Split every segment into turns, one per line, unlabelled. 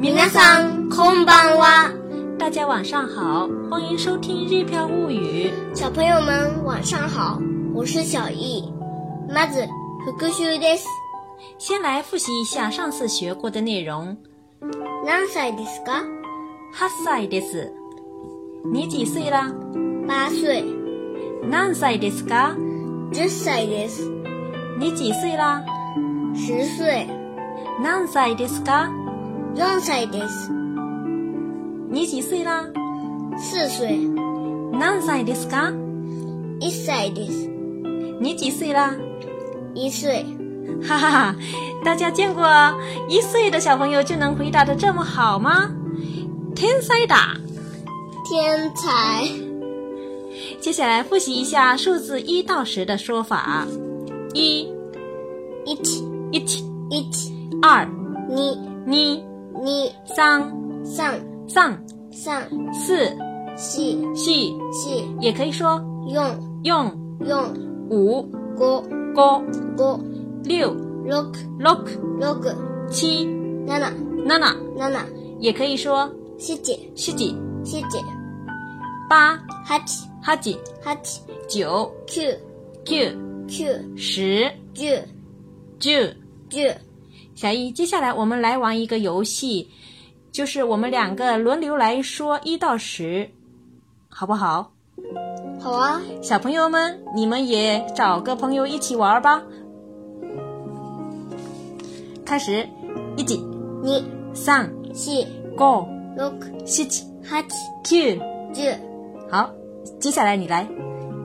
皆さんこんばんは，
大家晚上好，欢迎收听《日飘物语》。
小朋友们晚上好，我是小易。まず復習です。
先来复习一下上次学过的内容。
何歳ですか？
八歳です。你几岁啦？
八岁。
何歳ですか？
十歳です。
你几岁啦？
十岁。
何歳ですか？
四歳です。
你几岁啦？
四岁。
何歳ですか？
一歳です。
你几岁啦？
一岁。
哈哈哈！大家见过啊一岁的小朋友就能回答的这么好吗？天才打！
天才。
接下来复习一下数字一到十的说法：啊一、
一
一、七
一
二、
二
二、
二
三、
三
三、
三
四、
四
四，
四
也可以说
四
用
四
五、
五
五、
五
六、
六
六、
六
七、
七
七，
七。
也可以说
七
七几、
七
八、
八
八几、
八
九、
九
九、
九
十、
九
九。
九，
小易，接下来我们来玩一个游戏，就是我们两个轮流来说一到十，好不好？
好啊！
小朋友们，你们也找个朋友一起玩吧。开始，一、
二
三、
四
五、
六
七、
八
九。
九
好，接下来你来，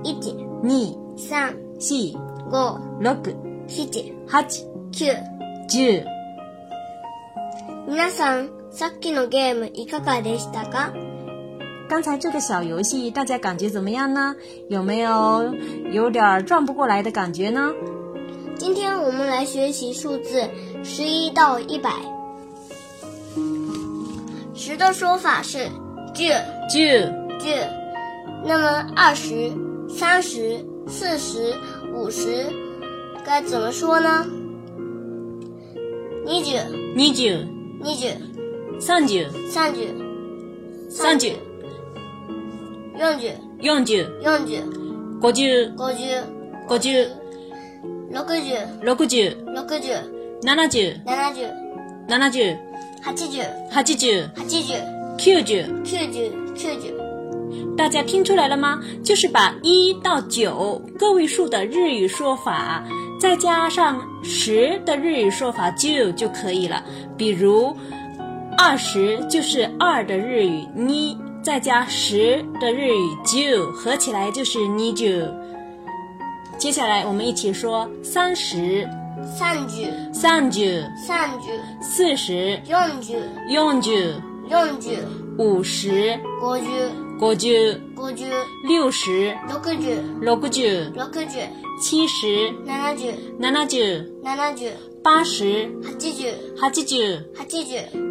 一
二、
三
四、
五
六、
七
八、
九。
九。
皆さん、さっきのゲームいかがでしたか？
刚才这个小游戏，大家感觉怎么样呢？有没有有点儿转不过来的感觉呢？
今天我们来学习数字十一到一百。十的说法是九
九。
九，那么二十、三十、四十、五十，该怎么说呢？二
二
十、
十、
二十、
三十、
三十、
三十、四十、
四十、四十、
五十、
五十、
五十、
六十、
六十、
六十、
七十、
七十、
七十、
八十、
八十、
八十、
九十。
九十、九十。
大家听出来了吗？就是把一到九个位数的日语说法，再加上十的日语说法九就可以了。比如，二十就是二的日语你，再加十的日语九，合起来就是你九。接下来我们一起说三十。
三十、
三十、
三十、
四十、
四十、
四十、
四十、
五十、
五十、
五十、
五十、
六十、
六十、
六十、
六十、
七十、
七十、
七十、
七十、
八十、
八十、
八十、
八十、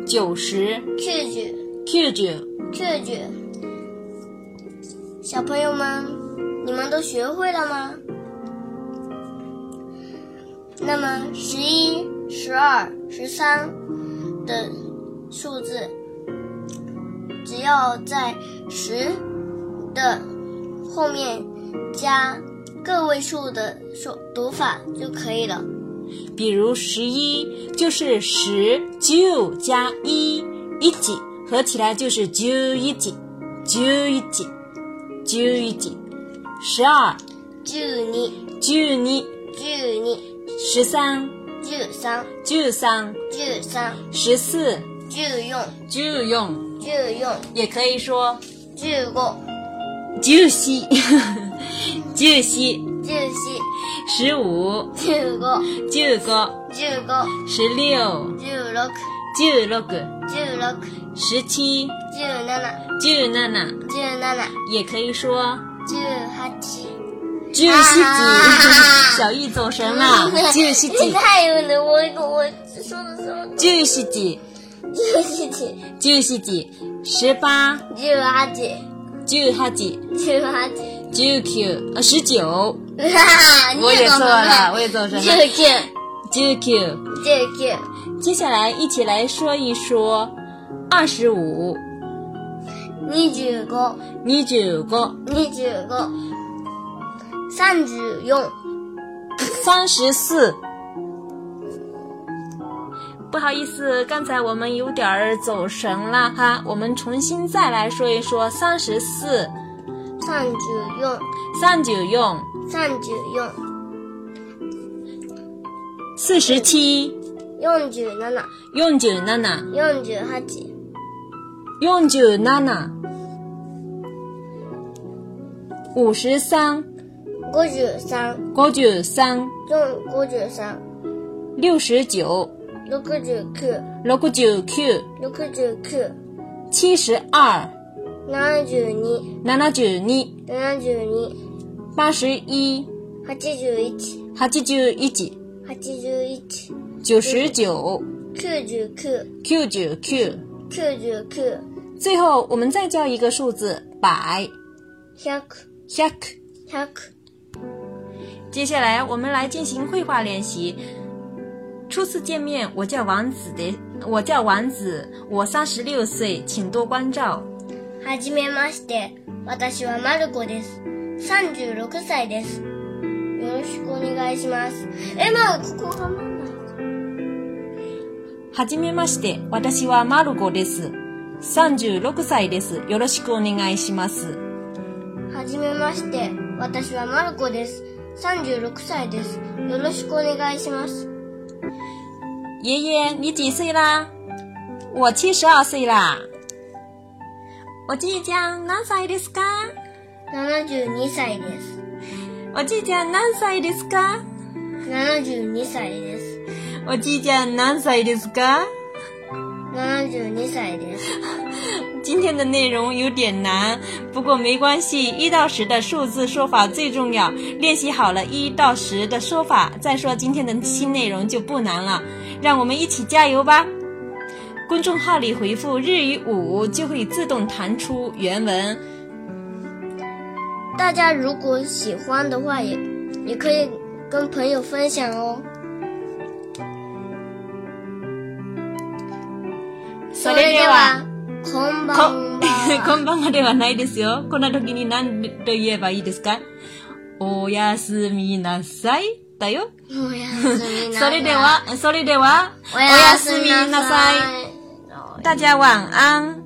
九十、
九十。
九十。
这句，小朋友们，你们都学会了吗？那么十一、十二、十三的数字，只要在十的后面加个位数的数读法就可以了。
比如十一就是十九加一，一起合起来就是九一几，九一几，九一几。十二
十二、
九二，
十
十
二、
三
十三、
九三，
十三、
十四
十用、
九用。
十用、
也可以说
十五。
九西，九西，
十四、
十五、
十五、
九个、
十五、
十六、
十六、
九六个、
十六、
十七、九
十七、
七，
十八、
也可以说
十八。
九十
啊
几。小易走神 了，九十几，
太有了，我我说的说的，
九十几，
十七几，
九十几，十八、
十八几，
九八几、
十八几，
九九，呃，十九，
哈哈，
我也错了，我也走神
九
了，
九
九九。
九九，
接下来一起来说一说二十五、
二十五、
二十五、
二十五、三十四、
三十四。不好意思，刚才我们有点儿走神了哈，我们重新再来说一说三十四、
三十五、
三九用、
三十五、
四十七、
四十七、
用九娜娜、
四十八。
用九娜娜、五十三、
五十三，
五九三、
用五十三，
六十九、
六十九，
六九九、
六十九，
七十二、
七十二，
七十二、
七十二，
八十一、
八十一，
八十一、
八十一，
九
九
十九、
十九，
九九九。
九十九，
最后，我们再教一个数字百
百，
，yak。
百，
接下来我们来进行绘画练习。初次见面，我叫王子的，我叫王子，我三十六岁，请多关照。
はじめまして、私はマルコです。三十六歳です。よろしくお願いします。え、まあ、ここがまだ。
はじめまして、私はマルコです。三十六歳です。よろしくお願いします。
はじめまして、私はマルコです。三十六歳です。よろしくお願いします。
爷爷，你几岁啦？我七十二岁啦。おじいちゃん何歳ですか？
七十二歳です。
おじいちゃん何歳ですか？
七十二歳です。
おじいちゃん何歳ですか？
72歳です。
今天的内容有点难，不过没关系，一到十的数字说法最重要。练习好了一到十的说法，再说今天的新内容就不难了。让我们一起加油吧！公众号里回复“日语五”就会自动弹出原文。
大家如果喜欢的话也，也可以跟朋友分享哦。
それでは、
こんば
こ
ん
こ
は。
んばんはではないですよ。こんな時に何と言えばいいですか？おやすみなさいだよ。
おやすみなさ
そ
い
れでは、それでは、
おやす
お
み
やすみな
な
さ
さ
い
い。
大家晚安。